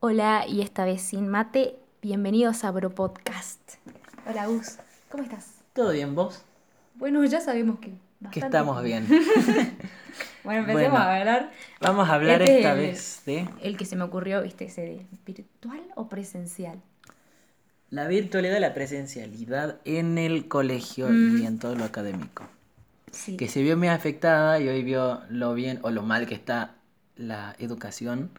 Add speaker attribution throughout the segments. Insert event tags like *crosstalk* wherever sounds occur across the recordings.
Speaker 1: Hola, y esta vez sin mate, bienvenidos a Bro Podcast. Hola, Gus, ¿cómo estás?
Speaker 2: ¿Todo bien vos?
Speaker 1: Bueno, ya sabemos que.
Speaker 2: Que
Speaker 1: bastante
Speaker 2: estamos bien.
Speaker 1: Bueno, empecemos
Speaker 2: Bueno.
Speaker 1: a hablar.
Speaker 2: Vamos a hablar
Speaker 1: Este es
Speaker 2: esta
Speaker 1: el-
Speaker 2: vez de
Speaker 1: El que se me ocurrió, viste, ese de virtual o presencial.
Speaker 2: la virtualidad, la presencialidad en el colegio
Speaker 1: Mm.
Speaker 2: y en todo lo académico.
Speaker 1: Sí.
Speaker 2: Que se vio muy afectada y hoy vio lo bien o lo mal que está la educación.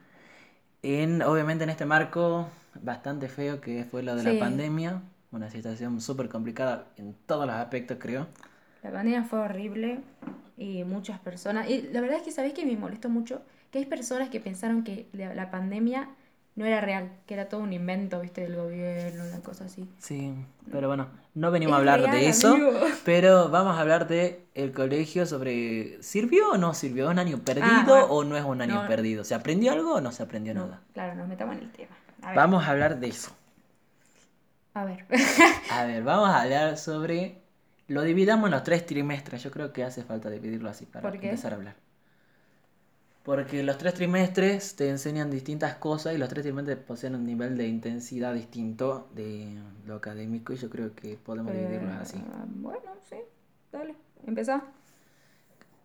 Speaker 2: En, obviamente en este marco bastante feo que fue lo de
Speaker 1: Sí.
Speaker 2: la pandemia. Una situación súper complicada en todos los aspectos, creo.
Speaker 1: La pandemia fue horrible y muchas personas. Y la verdad es que, ¿sabés que me molestó mucho? Que hay personas que pensaron que la, la pandemia no era real, que era todo un invento, viste, del gobierno, una cosa así.
Speaker 2: Sí, pero bueno, no venimos a
Speaker 1: Es
Speaker 2: hablar
Speaker 1: real,
Speaker 2: de eso,
Speaker 1: amigo.
Speaker 2: pero vamos a hablar de el colegio sobre ¿sirvió o no sirvió? ¿Es un año perdido
Speaker 1: Ah, bueno.
Speaker 2: o no es un año
Speaker 1: No.
Speaker 2: perdido? ¿Se aprendió algo o no se aprendió nada?
Speaker 1: Claro, nos metamos en el tema. A ver.
Speaker 2: Vamos a hablar de eso.
Speaker 1: A ver. *laughs*
Speaker 2: A ver, vamos a hablar sobre lo dividamos en los tres trimestres. Yo creo que hace falta dividirlo así para
Speaker 1: ¿Por qué?
Speaker 2: empezar a hablar. Porque los tres trimestres te enseñan distintas cosas y los tres trimestres poseen un nivel de intensidad distinto de lo académico y yo creo que podemos dividirlos
Speaker 1: Eh,
Speaker 2: así.
Speaker 1: Bueno, sí. Dale. Empezá.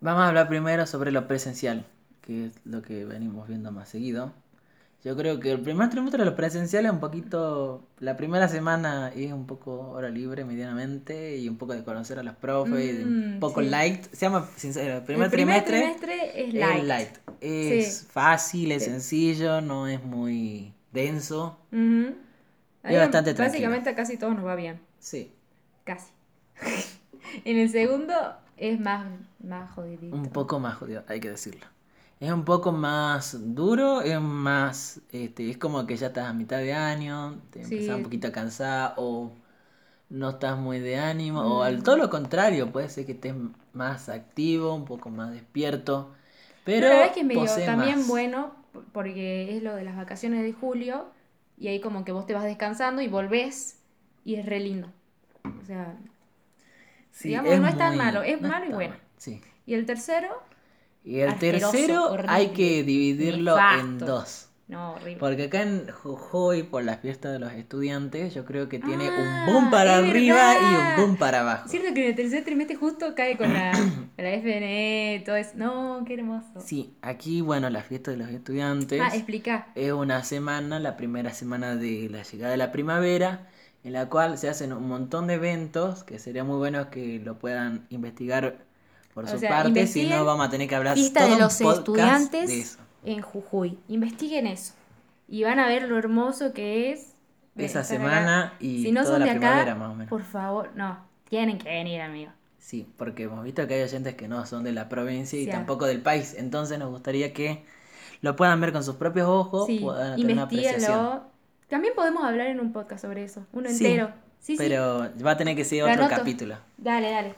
Speaker 2: Vamos a hablar primero sobre lo presencial, que es lo que venimos viendo más seguido. Yo creo que el primer trimestre de lo presencial es un poquito. La primera semana es un poco hora libre, medianamente, y un poco de conocer a los profes, y de
Speaker 1: Mm,
Speaker 2: un poco
Speaker 1: sí.
Speaker 2: light. Seamos sinceros, el primer,
Speaker 1: el
Speaker 2: trimestre,
Speaker 1: trimestre es
Speaker 2: es
Speaker 1: light.
Speaker 2: light. Es
Speaker 1: Sí.
Speaker 2: fácil, es
Speaker 1: Sí.
Speaker 2: sencillo, no es muy denso.
Speaker 1: Ujú.
Speaker 2: Es bastante tranquilo.
Speaker 1: Básicamente a casi todos nos va bien.
Speaker 2: Sí,
Speaker 1: Casi. *laughs* en el segundo es más, más jodidito.
Speaker 2: un poco más jodido, hay que decirlo. Es un poco más duro, es más, este, es como que ya estás a mitad de año, te
Speaker 1: Sí.
Speaker 2: empezás un poquito a cansar o no estás muy de ánimo, o al
Speaker 1: Mm.
Speaker 2: todo lo contrario, puede ser que estés más activo, un poco más despierto, pero
Speaker 1: la verdad es que es medio
Speaker 2: posee
Speaker 1: también
Speaker 2: más.
Speaker 1: bueno por- porque es lo de las vacaciones de julio y ahí como que vos te vas descansando y volvés y es re lindo. O sea,
Speaker 2: Sí,
Speaker 1: digamos, no es tan malo, es
Speaker 2: no
Speaker 1: malo y
Speaker 2: tan
Speaker 1: bueno.
Speaker 2: Sí.
Speaker 1: y el tercero,
Speaker 2: Y el
Speaker 1: Asqueroso,
Speaker 2: tercero hay
Speaker 1: horrible,
Speaker 2: que dividirlo en
Speaker 1: nefasto.
Speaker 2: dos.
Speaker 1: no, horrible.
Speaker 2: Porque acá en Jujuy, por la fiesta de los estudiantes, yo creo que tiene
Speaker 1: Ah,
Speaker 2: un boom para
Speaker 1: es
Speaker 2: arriba
Speaker 1: verdad.
Speaker 2: y un boom para abajo.
Speaker 1: Cierto que en el tercer trimestre justo cae con
Speaker 2: *clears throat*
Speaker 1: la, la FNE, todo eso. No, qué hermoso.
Speaker 2: Sí, aquí, bueno, la fiesta de los estudiantes
Speaker 1: ah, explica.
Speaker 2: es una semana, la primera semana de la llegada de la primavera, en la cual se hacen un montón de eventos que sería muy bueno que lo puedan investigar por
Speaker 1: O
Speaker 2: su
Speaker 1: sea,
Speaker 2: parte, si
Speaker 1: investiguen
Speaker 2: no vamos a tener que hablar
Speaker 1: Fiesta
Speaker 2: todo
Speaker 1: de
Speaker 2: un
Speaker 1: los
Speaker 2: podcast
Speaker 1: estudiantes
Speaker 2: de eso.
Speaker 1: en Jujuy. Investiguen eso. Y van a ver lo hermoso que es. de
Speaker 2: Esa
Speaker 1: estar
Speaker 2: semana
Speaker 1: acá.
Speaker 2: y
Speaker 1: si no
Speaker 2: toda
Speaker 1: son
Speaker 2: la
Speaker 1: de acá,
Speaker 2: primavera, más o menos.
Speaker 1: por favor, no. Tienen que venir, amigo.
Speaker 2: Sí, porque hemos visto que hay oyentes que no son de la provincia y
Speaker 1: Sí.
Speaker 2: tampoco del país, entonces nos gustaría que lo puedan ver con sus propios ojos,
Speaker 1: Sí,
Speaker 2: puedan tener una apreciación.
Speaker 1: investiguenlo. También podemos hablar en un podcast sobre eso, uno
Speaker 2: Sí,
Speaker 1: entero. Sí, sí.
Speaker 2: Pero va a tener que ser
Speaker 1: Lo
Speaker 2: otro
Speaker 1: anoto.
Speaker 2: capítulo.
Speaker 1: Dale, dale.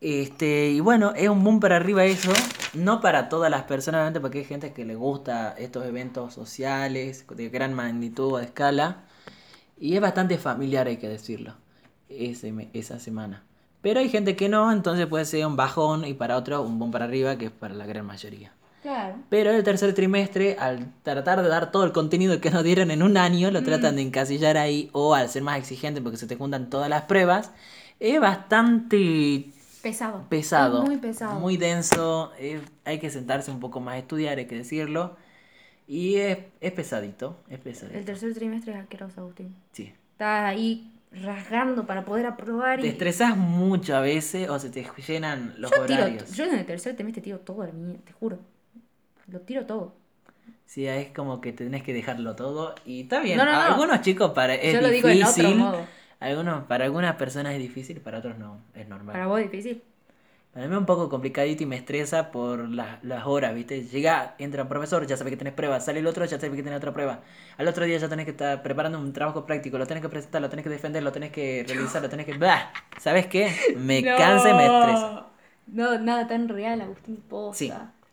Speaker 2: Este, y bueno, es un boom para arriba eso, no para todas las personas, obviamente, porque hay gente que le gusta estos eventos sociales de gran magnitud o de escala, y es bastante familiar, hay que decirlo, ese me- esa semana. Pero hay gente que no, entonces puede ser un bajón y para otro un boom para arriba, que es para la gran mayoría.
Speaker 1: Claro.
Speaker 2: Pero el tercer trimestre, al tratar de dar todo el contenido que nos dieron en un año,
Speaker 1: Mm.
Speaker 2: lo tratan de encasillar ahí o al ser más exigente porque se te juntan todas las pruebas, es bastante
Speaker 1: Pesado.
Speaker 2: pesado.
Speaker 1: Es muy pesado.
Speaker 2: Muy denso, es- hay que sentarse un poco más a estudiar, hay que decirlo. Y es, es pesadito, es
Speaker 1: El
Speaker 2: pesadito.
Speaker 1: tercer trimestre es asqueroso, Agustín.
Speaker 2: Sí.
Speaker 1: Estás ahí rasgando para poder aprobar
Speaker 2: Te
Speaker 1: y...
Speaker 2: estresas mucho a veces o se te llenan los
Speaker 1: yo, tiro,
Speaker 2: horarios.
Speaker 1: yo en el tercer trimestre tiro todo a la mierda, te juro. Lo tiro todo.
Speaker 2: Sí, es como que tenés que dejarlo todo y está bien.
Speaker 1: No, no, no.
Speaker 2: Algunos chicos para es
Speaker 1: yo lo digo en
Speaker 2: difícil.
Speaker 1: otro modo.
Speaker 2: Algunos, para algunas personas es difícil, para otros no, es normal.
Speaker 1: Para
Speaker 2: Para,
Speaker 1: vos es difícil.
Speaker 2: mí es un poco complicadito y me estresa por las, las horas, ¿viste? Llega, entra un profesor, ya sabe que tenés prueba, sale el otro, ya sabe que tenés otra prueba. Al otro día ya tenés que estar preparando un trabajo práctico, lo tenés que presentar, lo tenés que defender, lo tenés que realizar, lo tenés que... ¡Bah! ¿Sabes qué? Me
Speaker 1: *laughs* No.
Speaker 2: cansa y me estresa.
Speaker 1: No, nada tan real, Agustín Poza.
Speaker 2: Sí.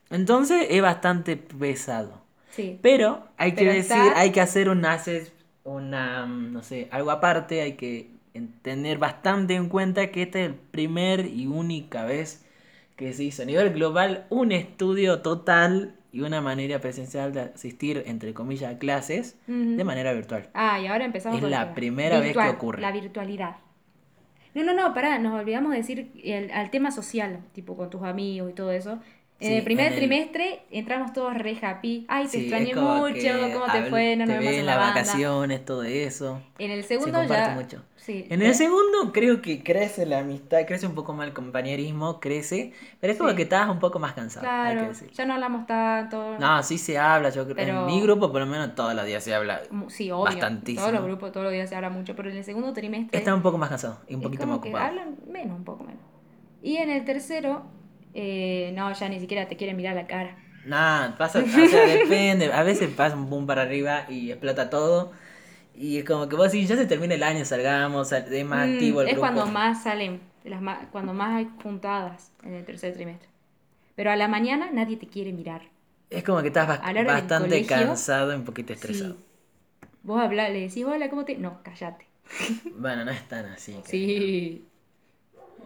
Speaker 2: Entonces es bastante pesado.
Speaker 1: Sí.
Speaker 2: Pero hay que
Speaker 1: Pero
Speaker 2: decir,
Speaker 1: está-
Speaker 2: hay que hacer un haces- una, mm, no sé, algo aparte, hay que en- tener bastante en cuenta que esta es el primer y única vez que se hizo a nivel global un estudio total y una manera presencial de asistir, entre comillas, a clases
Speaker 1: Ujú.
Speaker 2: de manera virtual.
Speaker 1: Ah, y ahora empezamos
Speaker 2: Es
Speaker 1: con el
Speaker 2: la
Speaker 1: tema.
Speaker 2: primera vez que
Speaker 1: Virtual,
Speaker 2: ocurre.
Speaker 1: La virtualidad. No, no, no, pará, nos olvidamos de decir el- al tema social, tipo con tus amigos y todo eso. En
Speaker 2: Sí,
Speaker 1: el primer
Speaker 2: en el-
Speaker 1: trimestre entramos todos re happy. Ay, te
Speaker 2: Sí, es
Speaker 1: extrañé
Speaker 2: como
Speaker 1: mucho,
Speaker 2: que
Speaker 1: ¿cómo te
Speaker 2: habl-
Speaker 1: fue? No
Speaker 2: te
Speaker 1: nos vemos
Speaker 2: ves
Speaker 1: en la
Speaker 2: las
Speaker 1: banda.
Speaker 2: vacaciones, todo eso.
Speaker 1: En el segundo
Speaker 2: comparte
Speaker 1: ya.
Speaker 2: mucho.
Speaker 1: Sí.
Speaker 2: En el segundo creo que crece la amistad, crece un poco más el compañerismo, crece, pero es como
Speaker 1: Sí.
Speaker 2: que estás un poco más cansado, hay que
Speaker 1: Claro,
Speaker 2: decir.
Speaker 1: ya no hablamos tanto.
Speaker 2: No, sí se habla, yo creo.
Speaker 1: Pero-
Speaker 2: En mi grupo por lo menos todos los días se habla.
Speaker 1: Mu- Sí, obvio.
Speaker 2: Bastantísimo.
Speaker 1: Todos los grupos, todos los días se habla mucho, pero en el segundo trimestre.
Speaker 2: Estás un poco más cansado y un
Speaker 1: Es
Speaker 2: poquito
Speaker 1: como
Speaker 2: más
Speaker 1: que
Speaker 2: ocupado.
Speaker 1: hablan menos, un poco menos. Y en el tercero, eh, no, ya ni siquiera te quieren mirar la cara.
Speaker 2: Nada,
Speaker 1: *laughs*
Speaker 2: pasa, o sea, depende. A veces pasa un boom para arriba y explota todo. Y es como que vos decís, ya se termina el año, salgamos, sal- es más
Speaker 1: Mm,
Speaker 2: activo el
Speaker 1: es
Speaker 2: grupo.
Speaker 1: cuando más salen, las ma- cuando más hay juntadas en el tercer trimestre. Pero a la mañana nadie te quiere mirar.
Speaker 2: Es como que estás bas-
Speaker 1: A la hora del
Speaker 2: bastante
Speaker 1: colegio,
Speaker 2: cansado y un poquito estresado.
Speaker 1: Sí. Vos hablás, le decís, hola, ¿cómo te...? No, cállate.
Speaker 2: Bueno, no es tan así. que-
Speaker 1: Sí.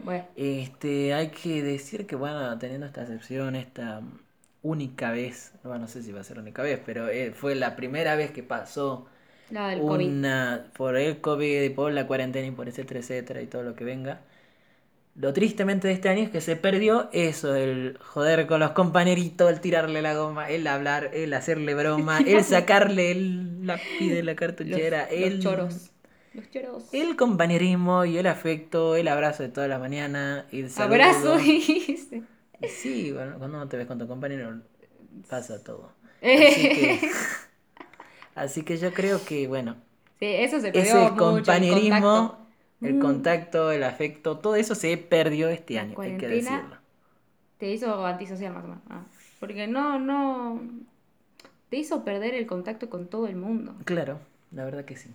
Speaker 1: Bueno,
Speaker 2: Este, hay que decir que, bueno, teniendo esta excepción, esta única vez, bueno, no sé si va a ser la única vez, pero eh, fue la primera vez que pasó
Speaker 1: la del COVID.
Speaker 2: una, por el COVID, y por la cuarentena y por etcétera, etcétera, y todo lo que venga. Lo tristemente de este año es que se perdió eso, el joder con los compañeritos, el tirarle la goma, el hablar, el hacerle
Speaker 1: *laughs*
Speaker 2: broma, el sacarle el lápiz de la
Speaker 1: Los,
Speaker 2: cartuchera, el...
Speaker 1: los choros. Los choros.
Speaker 2: El compañerismo y el afecto, el abrazo de todas las mañanas, el saludo.
Speaker 1: Abrazo, *laughs* dijiste.
Speaker 2: Y Sí, bueno, cuando no te ves con tu compañero pasa todo.
Speaker 1: *laughs*
Speaker 2: Así
Speaker 1: Eh.
Speaker 2: que, así que yo creo que, bueno,
Speaker 1: Sí, eso se perdió
Speaker 2: ese
Speaker 1: mucho, el contacto.
Speaker 2: compañerismo, el
Speaker 1: Mm.
Speaker 2: contacto, el afecto, todo eso se perdió este
Speaker 1: La
Speaker 2: año, hay que
Speaker 1: cuarentena.
Speaker 2: decirlo.
Speaker 1: Te hizo antisocial más o menos. Ah, porque no, no. Te hizo perder el contacto con todo el mundo.
Speaker 2: Claro, la verdad que sí.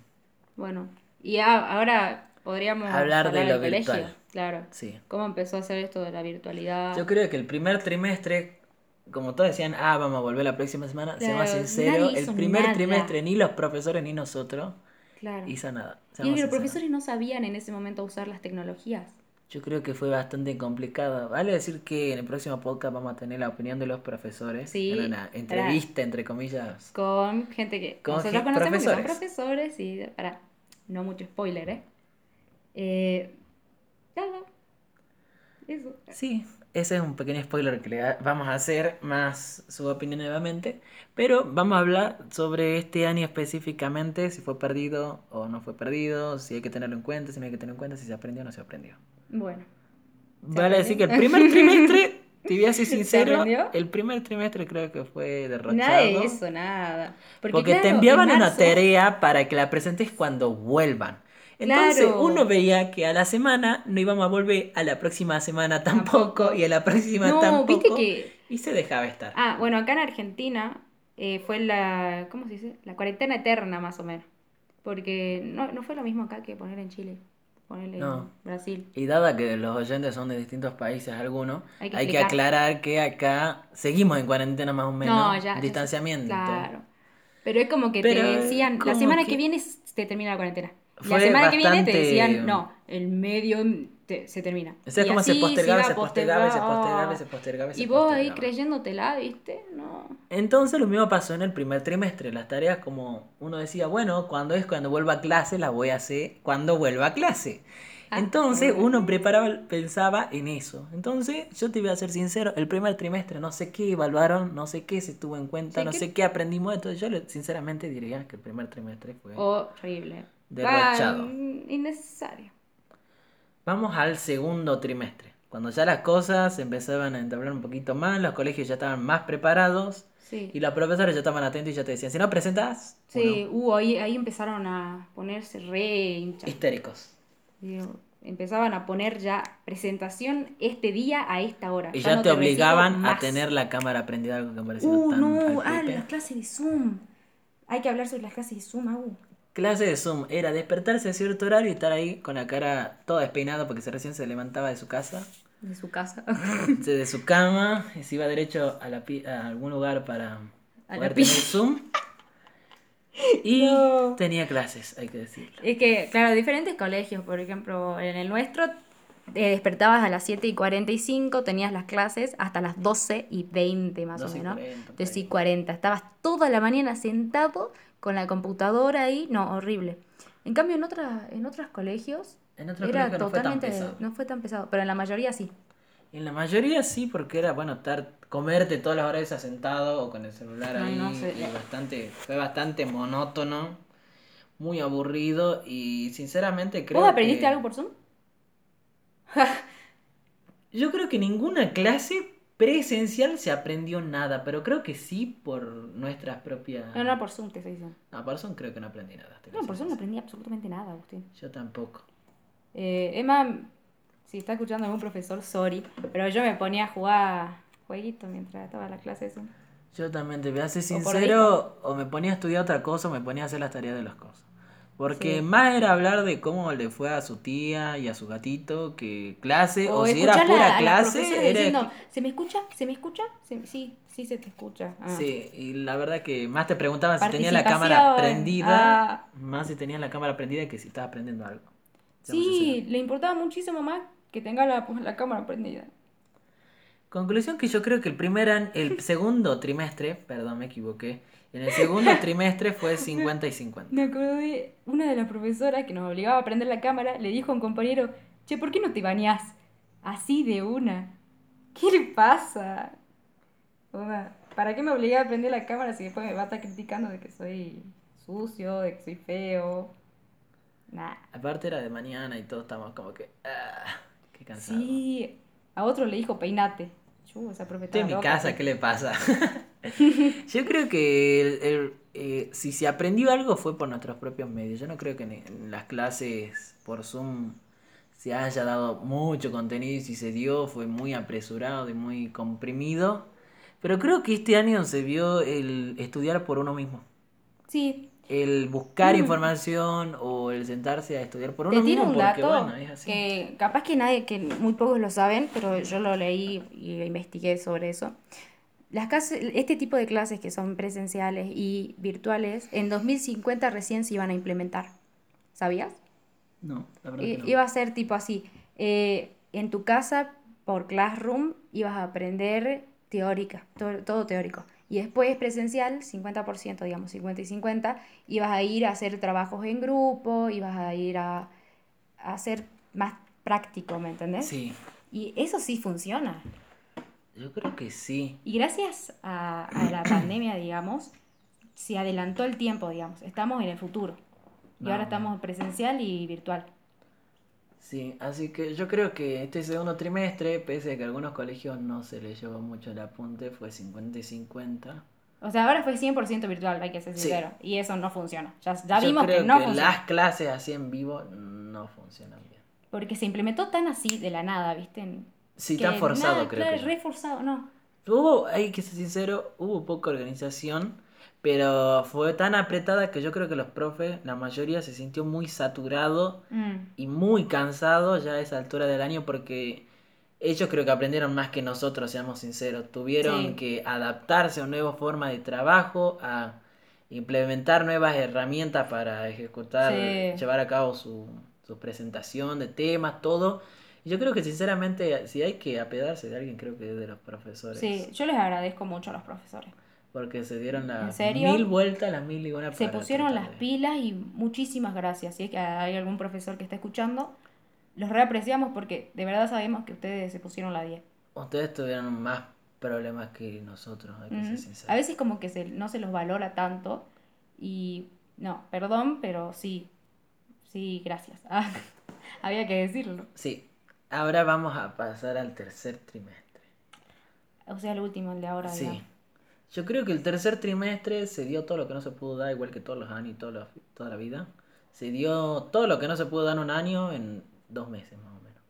Speaker 1: Bueno, y a- ahora podríamos
Speaker 2: Hablar de lo
Speaker 1: del colegio.
Speaker 2: virtual.
Speaker 1: Claro.
Speaker 2: Sí.
Speaker 1: ¿Cómo empezó a hacer esto de la virtualidad?
Speaker 2: Yo creo que el primer trimestre, como todos decían, ah, vamos a volver la próxima semana, seamos
Speaker 1: Claro,
Speaker 2: sinceros,
Speaker 1: nadie
Speaker 2: el
Speaker 1: hizo
Speaker 2: primer
Speaker 1: nada.
Speaker 2: trimestre ni los profesores ni nosotros
Speaker 1: claro. Y,
Speaker 2: hizo nada.
Speaker 1: es
Speaker 2: seamos
Speaker 1: que los
Speaker 2: sinceros.
Speaker 1: profesores no sabían en ese momento usar las tecnologías.
Speaker 2: Yo creo que fue bastante complicado. Vale decir que en el próximo podcast vamos a tener la opinión de los profesores.
Speaker 1: Sí,
Speaker 2: En una entrevista, entre comillas.
Speaker 1: Con gente que
Speaker 2: Con
Speaker 1: nosotros
Speaker 2: gen-
Speaker 1: conocemos que son
Speaker 2: profesores.
Speaker 1: profesores y. Para, no mucho spoiler, ¿eh? Eh. Nada. Eso.
Speaker 2: Sí, ese es un pequeño spoiler que le da- vamos a hacer más su opinión nuevamente. Pero vamos a hablar sobre este año específicamente, si fue perdido o no fue perdido, si hay que tenerlo en cuenta, si no hay que tenerlo en cuenta, si se aprendió o no se aprendió.
Speaker 1: Bueno.
Speaker 2: Vale
Speaker 1: aprendió?
Speaker 2: decir que el primer trimestre, te voy
Speaker 1: *laughs*
Speaker 2: a ser sincero,
Speaker 1: aprendió?
Speaker 2: el primer trimestre creo que fue derrochado.
Speaker 1: Nada de eso, nada. Porque,
Speaker 2: Porque,
Speaker 1: claro,
Speaker 2: te enviaban
Speaker 1: en
Speaker 2: una
Speaker 1: marzo-
Speaker 2: tarea para que la presentes cuando vuelvan. Entonces
Speaker 1: Claro.
Speaker 2: uno veía que a la semana no íbamos a volver, a la próxima semana tampoco,
Speaker 1: Tampoco.
Speaker 2: y a la próxima
Speaker 1: No, viste
Speaker 2: tampoco.
Speaker 1: que.
Speaker 2: Y se dejaba estar.
Speaker 1: Ah, bueno, acá en Argentina eh, fue la. ¿Cómo se dice? La cuarentena eterna, más o menos. Porque no, no fue lo mismo acá que poner en Chile, poner en
Speaker 2: No.
Speaker 1: Brasil.
Speaker 2: Y dada que los oyentes son de distintos países algunos,
Speaker 1: Hay que
Speaker 2: hay que,
Speaker 1: explicar.
Speaker 2: aclarar que acá seguimos en cuarentena más o menos,
Speaker 1: No, ya- ya.
Speaker 2: distanciamiento.
Speaker 1: Claro. Pero es como que
Speaker 2: Pero,
Speaker 1: te decían, la
Speaker 2: como
Speaker 1: semana que,
Speaker 2: que-
Speaker 1: viene s- te termina la cuarentena. Y La
Speaker 2: Fue
Speaker 1: semana que viene te
Speaker 2: bastante-
Speaker 1: decían, no, el medio te- se termina.
Speaker 2: O sea,
Speaker 1: Y
Speaker 2: como se
Speaker 1: así
Speaker 2: postergaba,
Speaker 1: iba
Speaker 2: se postergaba, se
Speaker 1: postergando.
Speaker 2: postergaba, se postergaba, se
Speaker 1: Y vos ahí
Speaker 2: postergaba.
Speaker 1: creyéndotela, ¿viste? No.
Speaker 2: Entonces lo mismo pasó en el primer trimestre. Las tareas como uno decía, bueno, cuando es cuando vuelva a clase, las voy a hacer cuando vuelva a clase.
Speaker 1: Ah,
Speaker 2: Entonces
Speaker 1: bueno.
Speaker 2: uno preparaba, pensaba en eso. Entonces yo te voy a ser sincero, el primer trimestre no sé qué evaluaron, no sé qué se tuvo en cuenta,
Speaker 1: Sí,
Speaker 2: no
Speaker 1: que-
Speaker 2: sé qué aprendimos. Entonces yo le- sinceramente diría que el primer trimestre fue...
Speaker 1: Oh. Horrible.
Speaker 2: Derrochado.
Speaker 1: Va, mm, innecesario.
Speaker 2: Vamos al segundo trimestre, cuando ya las cosas empezaban a entablar un poquito más, los colegios ya estaban más preparados.
Speaker 1: Sí.
Speaker 2: Y los profesores ya estaban atentos y ya te decían, si no presentas,
Speaker 1: Sí, uh, ahí, ahí empezaron a ponerse re hinchas.
Speaker 2: histéricos.
Speaker 1: Digo, empezaban a poner ya presentación este día a esta hora.
Speaker 2: Y ya
Speaker 1: no
Speaker 2: te
Speaker 1: recibo
Speaker 2: obligaban a
Speaker 1: más.
Speaker 2: tener la cámara prendida, algo que me pareció
Speaker 1: Uh,
Speaker 2: tan al
Speaker 1: no, ah,
Speaker 2: pipe.
Speaker 1: las clases de Zoom. Hay que hablar sobre las clases de Zoom, Agu.
Speaker 2: Clase de Zoom era despertarse a cierto horario y estar ahí con la cara toda despeinada porque se recién se levantaba de su casa, *coughs*
Speaker 1: De su *laughs* casa.
Speaker 2: se- de su cama, y se iba derecho a, la pi- a algún lugar para
Speaker 1: A la
Speaker 2: poder
Speaker 1: pi- *laughs*
Speaker 2: tener Zoom. Y
Speaker 1: No.
Speaker 2: tenía clases, hay que decirlo.
Speaker 1: es que, claro, diferentes colegios, por ejemplo, en el nuestro te despertabas a las 7 y 45, tenías las clases hasta las 12 y 20 más
Speaker 2: 12
Speaker 1: o
Speaker 2: y
Speaker 1: menos.
Speaker 2: 40, por
Speaker 1: 12 y
Speaker 2: ahí.
Speaker 1: 40. Estabas toda la mañana sentado con la computadora ahí. No, horrible. En cambio, en, otra, en otros colegios
Speaker 2: En otros
Speaker 1: era
Speaker 2: colegios no fue tan
Speaker 1: totalmente...
Speaker 2: pesado.
Speaker 1: no fue tan pesado, pero en la mayoría sí.
Speaker 2: En la mayoría sí, porque era bueno estar comerte todas las horas esas sentado o con el celular
Speaker 1: Ay,
Speaker 2: ahí.
Speaker 1: no sé.
Speaker 2: y bastante, fue bastante monótono, muy aburrido y sinceramente creo.
Speaker 1: ¿Vos aprendiste
Speaker 2: que-
Speaker 1: algo por Zoom?
Speaker 2: Yo creo que ninguna clase presencial se aprendió nada, pero creo que sí por nuestras propias.
Speaker 1: No, no, por Zoom te estoy diciendo.
Speaker 2: No, por Zoom creo que no aprendí nada. te
Speaker 1: No,
Speaker 2: soy
Speaker 1: por Zoom no
Speaker 2: sincero.
Speaker 1: aprendí absolutamente nada, Agustín.
Speaker 2: Yo tampoco.
Speaker 1: Eh, Emma, si está escuchando algún profesor, sorry, pero yo me ponía a jugar jueguito mientras estaba la clase de Zoom.
Speaker 2: Yo también te voy a ser
Speaker 1: O por
Speaker 2: sincero, o me ponía a estudiar otra cosa o me ponía a hacer las tareas de las cosas. Porque
Speaker 1: Sí.
Speaker 2: más era hablar de cómo le fue a su tía y a su gatito que clase, o,
Speaker 1: O
Speaker 2: si era
Speaker 1: escuchar
Speaker 2: pura
Speaker 1: a- a las
Speaker 2: clase,
Speaker 1: profesoras
Speaker 2: era...
Speaker 1: diciendo, ¿se me escucha? ¿Se me escucha? ¿Se- Sí, sí se te escucha. Ah.
Speaker 2: Sí, y la verdad que más te preguntaban si tenías la
Speaker 1: Participación.
Speaker 2: cámara prendida,
Speaker 1: Ah.
Speaker 2: más si tenías la cámara prendida que si estabas aprendiendo algo. Seamos sinceros.
Speaker 1: Sí, le importaba muchísimo más que tenga la, la cámara prendida.
Speaker 2: Conclusión que yo creo que el primer an- el segundo trimestre, perdón, me equivoqué, en el
Speaker 1: *laughs*
Speaker 2: segundo trimestre fue 50 y 50.
Speaker 1: Me acuerdo de una de las profesoras que nos obligaba a prender la cámara, le dijo a un compañero, che, ¿por qué no te bañás? Así de una. ¿Qué le pasa? Onda, ¿Para qué me obligaba a prender la cámara si después me va a estar criticando de que soy sucio, de que soy feo? Nah.
Speaker 2: Aparte era de mañana y todos estábamos como que... "Ah, qué cansado.
Speaker 1: Sí, a otro le dijo peinate. Chu, esa profe
Speaker 2: Estoy en
Speaker 1: estaba
Speaker 2: mi
Speaker 1: loca. pues.
Speaker 2: casa, ¿qué
Speaker 1: *laughs*
Speaker 2: le pasa? Yo creo que el- el- eh, si se aprendió algo fue por nuestros propios medios. Yo no creo que en, en las clases por Zoom se haya dado mucho contenido y si se dio fue muy apresurado y muy comprimido. Pero creo que este año se vio el estudiar por uno mismo.
Speaker 1: Sí,
Speaker 2: El buscar información o el sentarse a estudiar por
Speaker 1: Mm.
Speaker 2: uno
Speaker 1: Te tiro
Speaker 2: mismo
Speaker 1: un
Speaker 2: porque
Speaker 1: dato
Speaker 2: bueno, es así.
Speaker 1: que capaz que nadie, que muy pocos lo saben, pero yo lo leí y investigué sobre eso. Las clases, este tipo de clases que son presenciales y virtuales, en 2050 recién se iban a implementar. ¿Sabías?
Speaker 2: No, la verdad
Speaker 1: I-
Speaker 2: que no.
Speaker 1: Iba a ser tipo así. eh, en tu casa, por Classroom, ibas a aprender teórica, to- todo teórico. Y después presencial, 50%, digamos, 50 y 50, ibas a ir a hacer trabajos en grupo, ibas a ir a, a hacer más práctico, ¿me entendés?
Speaker 2: Sí,
Speaker 1: Y eso sí funciona.
Speaker 2: yo creo que sí.
Speaker 1: Y gracias a, a
Speaker 2: *coughs*
Speaker 1: la pandemia, digamos, se adelantó el tiempo, digamos. Estamos en el futuro. Y
Speaker 2: No.
Speaker 1: ahora estamos presencial y virtual.
Speaker 2: Sí, así que yo creo que este segundo trimestre, pese a que a algunos colegios no se les llevó mucho el apunte, fue 50 y 50.
Speaker 1: O sea, ahora fue 100% virtual, hay que ser
Speaker 2: Sí.
Speaker 1: sincero. Y eso no funciona. Ya, ya
Speaker 2: Yo
Speaker 1: vimos
Speaker 2: creo
Speaker 1: que no
Speaker 2: que
Speaker 1: funciona.
Speaker 2: las clases así en vivo no funcionan bien.
Speaker 1: Porque se implementó tan así de la nada, ¿viste?
Speaker 2: Sí,
Speaker 1: Que
Speaker 2: tan forzado
Speaker 1: nada,
Speaker 2: creo
Speaker 1: Claro,
Speaker 2: que.
Speaker 1: reforzado, no.
Speaker 2: Hubo, hay que ser sincero, hubo poca organización, pero fue tan apretada que yo creo que los profes, la mayoría se sintió muy saturado
Speaker 1: Mm.
Speaker 2: y muy cansado ya a esa altura del año porque ellos creo que aprendieron más que nosotros, seamos sinceros. Tuvieron
Speaker 1: Sí.
Speaker 2: que adaptarse a una nueva forma de trabajo, a implementar nuevas herramientas para ejecutar,
Speaker 1: Sí.
Speaker 2: llevar a cabo su, su presentación de temas, todo. Y Yo creo que sinceramente, si hay que apedarse de alguien, creo que es de los profesores.
Speaker 1: Sí, yo les agradezco mucho a los profesores.
Speaker 2: Porque se dieron
Speaker 1: ¿En
Speaker 2: las
Speaker 1: serio?
Speaker 2: mil vueltas, las mil y una
Speaker 1: Se
Speaker 2: para
Speaker 1: pusieron
Speaker 2: tratar
Speaker 1: las
Speaker 2: de-
Speaker 1: pilas y muchísimas gracias. Si es que hay algún profesor que está escuchando, los reapreciamos porque de verdad sabemos que ustedes se pusieron la 10.
Speaker 2: Ustedes tuvieron más problemas que nosotros, hay que
Speaker 1: Ujú.
Speaker 2: ser sinceros.
Speaker 1: A veces como que se, no se los valora tanto y no, perdón, pero sí, sí, gracias. *laughs* Ah, había que decirlo.
Speaker 2: Sí, ahora vamos a pasar al tercer trimestre.
Speaker 1: O sea, el último, el de ahora.
Speaker 2: Sí.
Speaker 1: digamos.
Speaker 2: Yo creo que el tercer trimestre se dio todo lo que no se pudo dar, igual que todos los años y toda la, toda la vida. Se dio todo lo que no se pudo dar en un año en dos meses más o menos.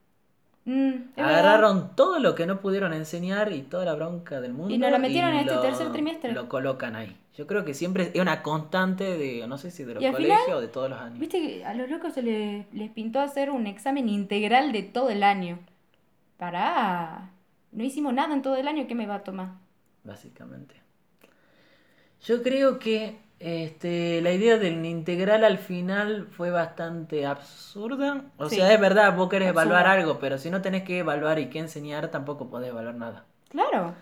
Speaker 1: Mm, es verdad.
Speaker 2: Agarraron todo lo que no pudieron enseñar y toda la bronca del mundo.
Speaker 1: nos lo metieron en este
Speaker 2: lo-
Speaker 1: tercer trimestre.
Speaker 2: Lo colocan ahí. Yo creo que siempre es una constante de, no sé si de los
Speaker 1: Y al
Speaker 2: colegios o de todos los años.
Speaker 1: Viste que a los locos se le- les pintó hacer un examen integral de todo el año. Pará. No hicimos nada en todo el año. ¿Qué me va a tomar?
Speaker 2: básicamente. Yo creo que Este, la idea del integral al final fue bastante absurda. O
Speaker 1: Sí.
Speaker 2: sea, es verdad, vos querés
Speaker 1: Absurda.
Speaker 2: evaluar algo, pero si no tenés que evaluar y que enseñar, tampoco podés evaluar nada.
Speaker 1: Claro.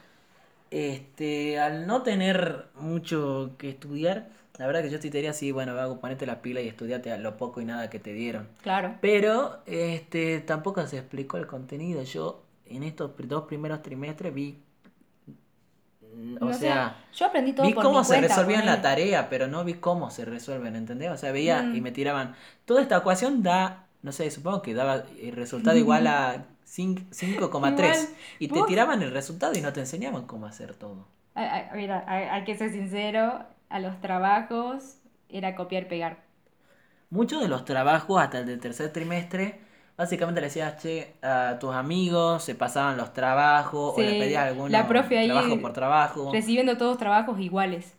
Speaker 2: Este, al no tener mucho que estudiar, la verdad que yo te diría así, bueno, vago, ponete la pila y estudiate a lo poco y nada que te dieron.
Speaker 1: Claro.
Speaker 2: Pero este, tampoco se explicó el contenido. Yo en estos pr- dos primeros trimestres vi, mm, o
Speaker 1: No,
Speaker 2: sea,
Speaker 1: yo aprendí todo
Speaker 2: vi
Speaker 1: por
Speaker 2: cómo
Speaker 1: mi
Speaker 2: se
Speaker 1: cuenta,
Speaker 2: resolvían la
Speaker 1: ponele.
Speaker 2: tarea, pero no vi cómo se resuelven, ¿entendés? O sea, veía
Speaker 1: Mm.
Speaker 2: y me tiraban, toda esta ecuación da, no sé, supongo que daba el resultado igual a cin- 5,3.
Speaker 1: Igual,
Speaker 2: Y te
Speaker 1: vos-
Speaker 2: tiraban el resultado y no te enseñaban cómo hacer todo.
Speaker 1: Ay, ay, Mira, hay, hay que ser sincero, a los trabajos era copiar, pegar.
Speaker 2: Muchos de los trabajos hasta el del tercer trimestre, básicamente le decías, che, a tus amigos, se pasaban los trabajos, o
Speaker 1: Sí,
Speaker 2: le pedías algún
Speaker 1: la profe ahí
Speaker 2: trabajo por trabajo.
Speaker 1: Recibiendo todos trabajos iguales.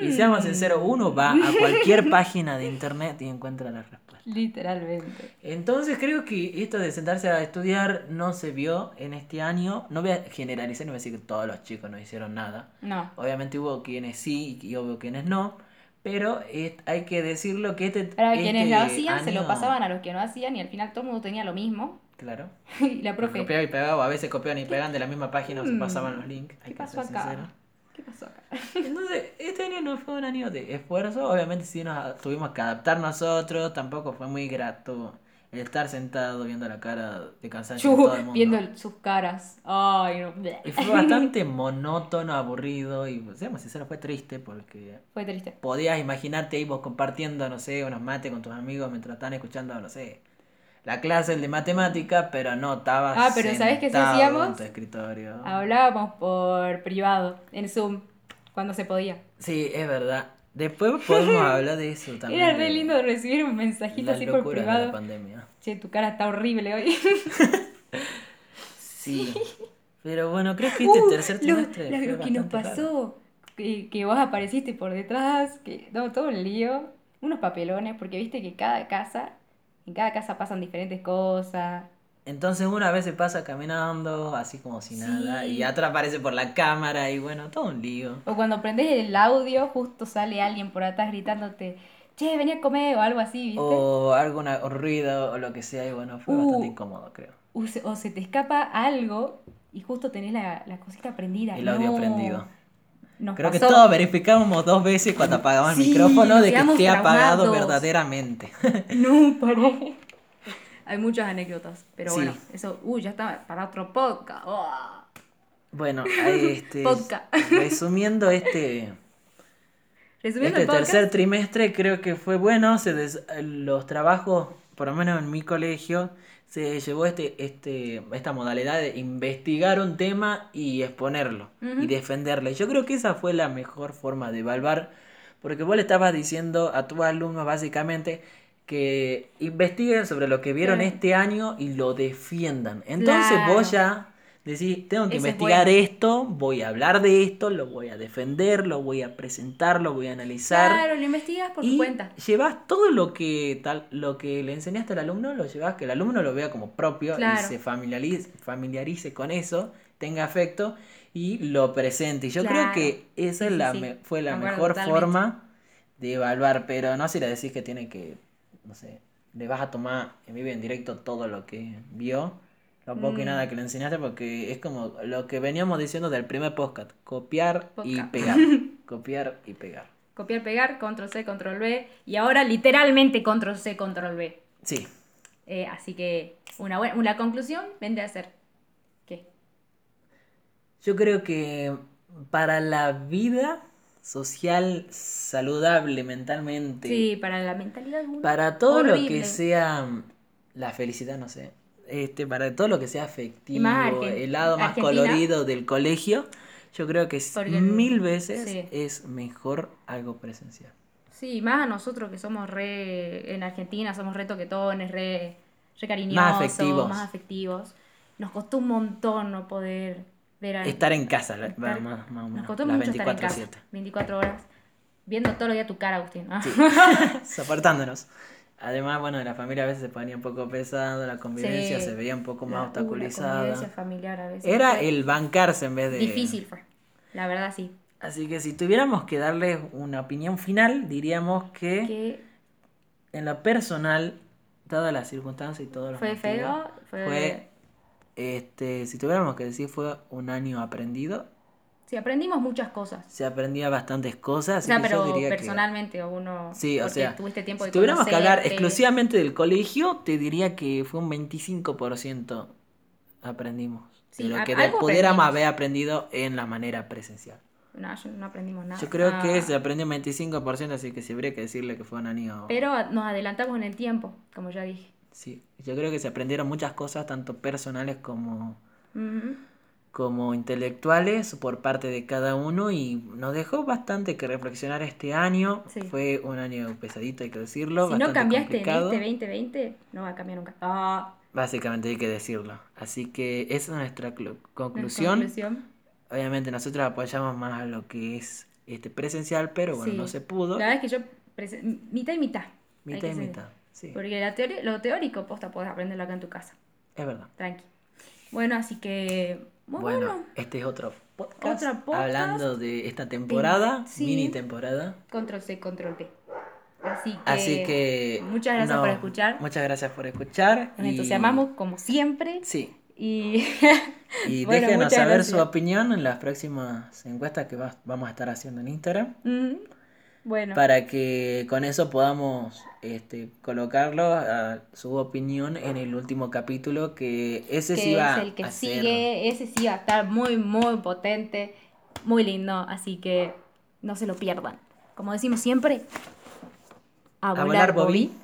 Speaker 2: Y
Speaker 1: "Mm".
Speaker 2: seamos sinceros, uno va a
Speaker 1: *laughs*
Speaker 2: cualquier página de internet y encuentra la respuesta.
Speaker 1: Literalmente.
Speaker 2: Entonces creo que esto de sentarse a estudiar no se vio en este año. No voy a generalizar, no voy a decir que todos los chicos no hicieron nada.
Speaker 1: No.
Speaker 2: Obviamente hubo quienes sí y hubo quienes no. Pero eh, hay que decirlo que este.
Speaker 1: Para quienes lo
Speaker 2: este
Speaker 1: hacían, se lo
Speaker 2: año-
Speaker 1: pasaban a los que no hacían y al final todo el mundo tenía lo mismo. *laughs*
Speaker 2: Claro.
Speaker 1: y la profe,
Speaker 2: Copiaba y pegaba, o a veces copiaban y pegaban de la misma página o se
Speaker 1: Mm.
Speaker 2: pasaban los links. hay
Speaker 1: ¿qué
Speaker 2: que
Speaker 1: pasó
Speaker 2: ser
Speaker 1: acá?
Speaker 2: sincero.
Speaker 1: ¿Qué pasó acá?
Speaker 2: Entonces, este año no fue un año de esfuerzo, obviamente sí nos a- tuvimos que adaptar nosotros, tampoco fue muy grato el estar sentado viendo la cara de cansancio de
Speaker 1: Chu,
Speaker 2: todo el mundo.
Speaker 1: viendo el- sus caras. Ay, no.
Speaker 2: Y fue
Speaker 1: *laughs*
Speaker 2: bastante monótono, aburrido y, seamos sinceros, fue triste porque
Speaker 1: Fue triste.
Speaker 2: podías imaginarte ahí vos compartiendo, no sé, unos mates con tus amigos mientras están escuchando, no sé, la clase el de matemática, pero no estabas
Speaker 1: Ah, pero ¿sabés qué sí
Speaker 2: sentado en
Speaker 1: hacíamos? Ah.
Speaker 2: tu escritorio.
Speaker 1: Hablábamos por privado, en Zoom, cuando se podía.
Speaker 2: Sí, es verdad. Después
Speaker 1: *laughs*
Speaker 2: podemos hablar de eso también.
Speaker 1: Era
Speaker 2: de
Speaker 1: re lindo recibir un mensajito
Speaker 2: La
Speaker 1: así por
Speaker 2: locura de la
Speaker 1: privado.
Speaker 2: pandemia.
Speaker 1: Che, tu cara está horrible hoy. *laughs*
Speaker 2: Sí. Pero bueno, creo que este
Speaker 1: Uh, *laughs*
Speaker 2: tercer
Speaker 1: lo-
Speaker 2: trimestre.
Speaker 1: lo,
Speaker 2: fue
Speaker 1: lo que nos
Speaker 2: bastante raro.
Speaker 1: pasó, que, que vos apareciste por detrás, que no, todo el lío, unos papelones, porque viste que cada casa, en cada casa pasan diferentes cosas.
Speaker 2: Entonces uno a veces pasa caminando así como si nada
Speaker 1: Sí.
Speaker 2: y atrás aparece por la cámara y bueno, todo un lío.
Speaker 1: O cuando prendes el audio, justo sale alguien por atrás gritándote, che, vení a comer o algo así, ¿viste?
Speaker 2: O alguna o ruido o lo que sea y bueno, fue
Speaker 1: Uh.
Speaker 2: bastante incómodo creo.
Speaker 1: O se, o se te escapa algo y justo tenés la, la cosita prendida.
Speaker 2: El audio
Speaker 1: No.
Speaker 2: prendido.
Speaker 1: Nos
Speaker 2: Creo que
Speaker 1: pasó.
Speaker 2: todos verificábamos dos veces cuando apagamos el
Speaker 1: Sí,
Speaker 2: micrófono de que
Speaker 1: quedamos
Speaker 2: esté apagado
Speaker 1: traumados.
Speaker 2: verdaderamente.
Speaker 1: *laughs* No, paré. *laughs* Hay muchas anécdotas, pero
Speaker 2: Sí.
Speaker 1: bueno, eso, uy, ya está para otro podcast. Ah.
Speaker 2: Bueno,
Speaker 1: *laughs*
Speaker 2: este,
Speaker 1: Podcast.
Speaker 2: resumiendo este
Speaker 1: Resumiendo
Speaker 2: Este
Speaker 1: el podcast,
Speaker 2: tercer trimestre creo que fue bueno, se des- los trabajos, por lo menos en mi colegio, se llevó este, este, esta modalidad de investigar un tema y exponerlo
Speaker 1: Ujú.
Speaker 2: y defenderlo. Y Yo creo que esa fue la mejor forma de evaluar, porque vos le estabas diciendo a tus alumnos básicamente que investiguen sobre lo que vieron
Speaker 1: Claro.
Speaker 2: este año y lo defiendan. Entonces
Speaker 1: Claro.
Speaker 2: vos ya decís, tengo que
Speaker 1: Eso es
Speaker 2: investigar
Speaker 1: bueno.
Speaker 2: esto, voy a hablar de esto, lo voy a defender, lo voy a presentar, lo voy a analizar.
Speaker 1: claro, lo investigas por tu
Speaker 2: y
Speaker 1: cuenta.
Speaker 2: llevas todo lo que tal, lo que le enseñaste al alumno, lo llevas que el alumno lo vea como propio
Speaker 1: Claro.
Speaker 2: y se familiarice, familiarice con eso, tenga afecto y lo presente. Y yo
Speaker 1: Claro.
Speaker 2: creo que esa
Speaker 1: Sí,
Speaker 2: es
Speaker 1: sí,
Speaker 2: la
Speaker 1: sí.
Speaker 2: me- fue la
Speaker 1: Concuerdo
Speaker 2: mejor
Speaker 1: totalmente.
Speaker 2: forma de evaluar, pero no si le decís que tiene que, no sé, le vas a tomar en vivo y en directo todo lo que vio. Lo poco y
Speaker 1: Mm.
Speaker 2: nada que le enseñaste porque es como lo que veníamos diciendo del primer podcast, copiar y
Speaker 1: Podcast. *laughs*
Speaker 2: pegar. copiar y pegar.
Speaker 1: Copiar, pegar, control C, control V. Y ahora literalmente control C, control V.
Speaker 2: Sí.
Speaker 1: Eh, así que una, buena, una conclusión vendría a ser. ¿Qué?
Speaker 2: Yo creo que para la vida social saludable mentalmente,
Speaker 1: Sí, para la mentalidad de uno.
Speaker 2: para todo lo
Speaker 1: Horrible.
Speaker 2: que sea mm, la felicidad, no sé, este, para todo lo que sea afectivo,
Speaker 1: más Argen-
Speaker 2: el lado más
Speaker 1: Argentina.
Speaker 2: colorido del colegio, yo creo que es
Speaker 1: Porque-
Speaker 2: mil veces
Speaker 1: sí.
Speaker 2: es mejor algo presencial.
Speaker 1: Sí, más a nosotros que somos re. En Argentina somos re toquetones, re, re cariñosos,
Speaker 2: Más afectivos.
Speaker 1: más afectivos. Nos costó un montón no poder ver a
Speaker 2: Estar en casa, la-
Speaker 1: estar-
Speaker 2: más, más o
Speaker 1: Nos
Speaker 2: menos,
Speaker 1: costó
Speaker 2: las
Speaker 1: mucho estar en casa.
Speaker 2: 24/7,
Speaker 1: 24 horas. Viendo todos los días tu cara, Agustín. ¿no? *laughs*
Speaker 2: *laughs* soportándonos. Además, bueno, la familia a veces se ponía un poco pesada, la convivencia
Speaker 1: Sí.
Speaker 2: se veía un poco más
Speaker 1: La- uh, la
Speaker 2: obstaculizada.
Speaker 1: convivencia familiar a veces.
Speaker 2: Era
Speaker 1: fue
Speaker 2: el bancarse en vez de.
Speaker 1: Difícil fue. La verdad, sí.
Speaker 2: Así que si tuviéramos que darles una opinión final, diríamos que,
Speaker 1: Que
Speaker 2: en lo personal, dadas las circunstancias y todos los
Speaker 1: fue
Speaker 2: motivos,
Speaker 1: feo, fue...
Speaker 2: fue, este, si tuviéramos que decir, fue un año aprendido.
Speaker 1: Sí, aprendimos muchas cosas.
Speaker 2: Se aprendía bastantes cosas.
Speaker 1: O
Speaker 2: así
Speaker 1: sea,
Speaker 2: que yo
Speaker 1: pero
Speaker 2: diría que-
Speaker 1: personalmente o uno...
Speaker 2: Sí, o
Speaker 1: porque
Speaker 2: sea,
Speaker 1: tuviste tiempo
Speaker 2: si
Speaker 1: de eh,
Speaker 2: tuviéramos que hablar
Speaker 1: conocerte.
Speaker 2: exclusivamente del colegio, te diría que fue un 25% aprendimos.
Speaker 1: Sí,
Speaker 2: de lo
Speaker 1: a-
Speaker 2: que
Speaker 1: algo
Speaker 2: pudiéramos
Speaker 1: aprendimos.
Speaker 2: haber aprendido en la manera presencial.
Speaker 1: No, yo no aprendimos nada.
Speaker 2: Yo creo que
Speaker 1: Ah,
Speaker 2: se aprendió un 25%, así que si habría que decirle que fue un año.
Speaker 1: Pero a- nos adelantamos en el tiempo, como ya dije.
Speaker 2: Sí, yo creo que se aprendieron muchas cosas, tanto personales como,
Speaker 1: Ujú.
Speaker 2: como intelectuales, por parte de cada uno, y nos dejó bastante que reflexionar este año.
Speaker 1: Sí.
Speaker 2: Fue un año pesadito, hay que decirlo.
Speaker 1: Si no
Speaker 2: bastante
Speaker 1: cambiaste
Speaker 2: complicado.
Speaker 1: en este 2020, no va a cambiar nunca. Ah,
Speaker 2: Básicamente hay que decirlo. Así que esa es nuestra clu-
Speaker 1: no es
Speaker 2: conclusión.
Speaker 1: conclusión.
Speaker 2: Obviamente nosotros apoyamos más a lo que es este presencial, pero bueno,
Speaker 1: Sí.
Speaker 2: no se pudo.
Speaker 1: La verdad es que yo prese- m- mitad y mitad. hay
Speaker 2: Mitad
Speaker 1: que
Speaker 2: y
Speaker 1: ser.
Speaker 2: mitad. Sí,
Speaker 1: Porque la teori- lo teórico, posta, podés aprenderlo acá en tu casa.
Speaker 2: es verdad.
Speaker 1: Tranqui. Bueno, así que. Muy
Speaker 2: Bueno,
Speaker 1: bueno.
Speaker 2: este es otro podcast,
Speaker 1: Otro podcast.
Speaker 2: hablando de esta temporada,
Speaker 1: Sí.
Speaker 2: mini temporada.
Speaker 1: Control C, control T. Así que.
Speaker 2: Así que...
Speaker 1: Eh, muchas gracias por escuchar.
Speaker 2: Muchas gracias por escuchar.
Speaker 1: Nos
Speaker 2: y-
Speaker 1: entusiasmamos como siempre.
Speaker 2: Sí.
Speaker 1: Y. *laughs*
Speaker 2: Y
Speaker 1: Bueno,
Speaker 2: déjenos
Speaker 1: muchas
Speaker 2: saber
Speaker 1: gracias.
Speaker 2: su opinión en las próximas encuestas que va- vamos a estar haciendo en Instagram.
Speaker 1: Mm, bueno.
Speaker 2: para que con eso podamos este, colocarlo a su opinión en el último capítulo que ese
Speaker 1: que
Speaker 2: sí va
Speaker 1: es el que
Speaker 2: a ser-
Speaker 1: sigue. Ese sí va a estar muy, muy potente. Muy lindo. Así que no se lo pierdan. Como decimos siempre, a,
Speaker 2: a
Speaker 1: volar,
Speaker 2: volar,
Speaker 1: Bobby.
Speaker 2: Bobby.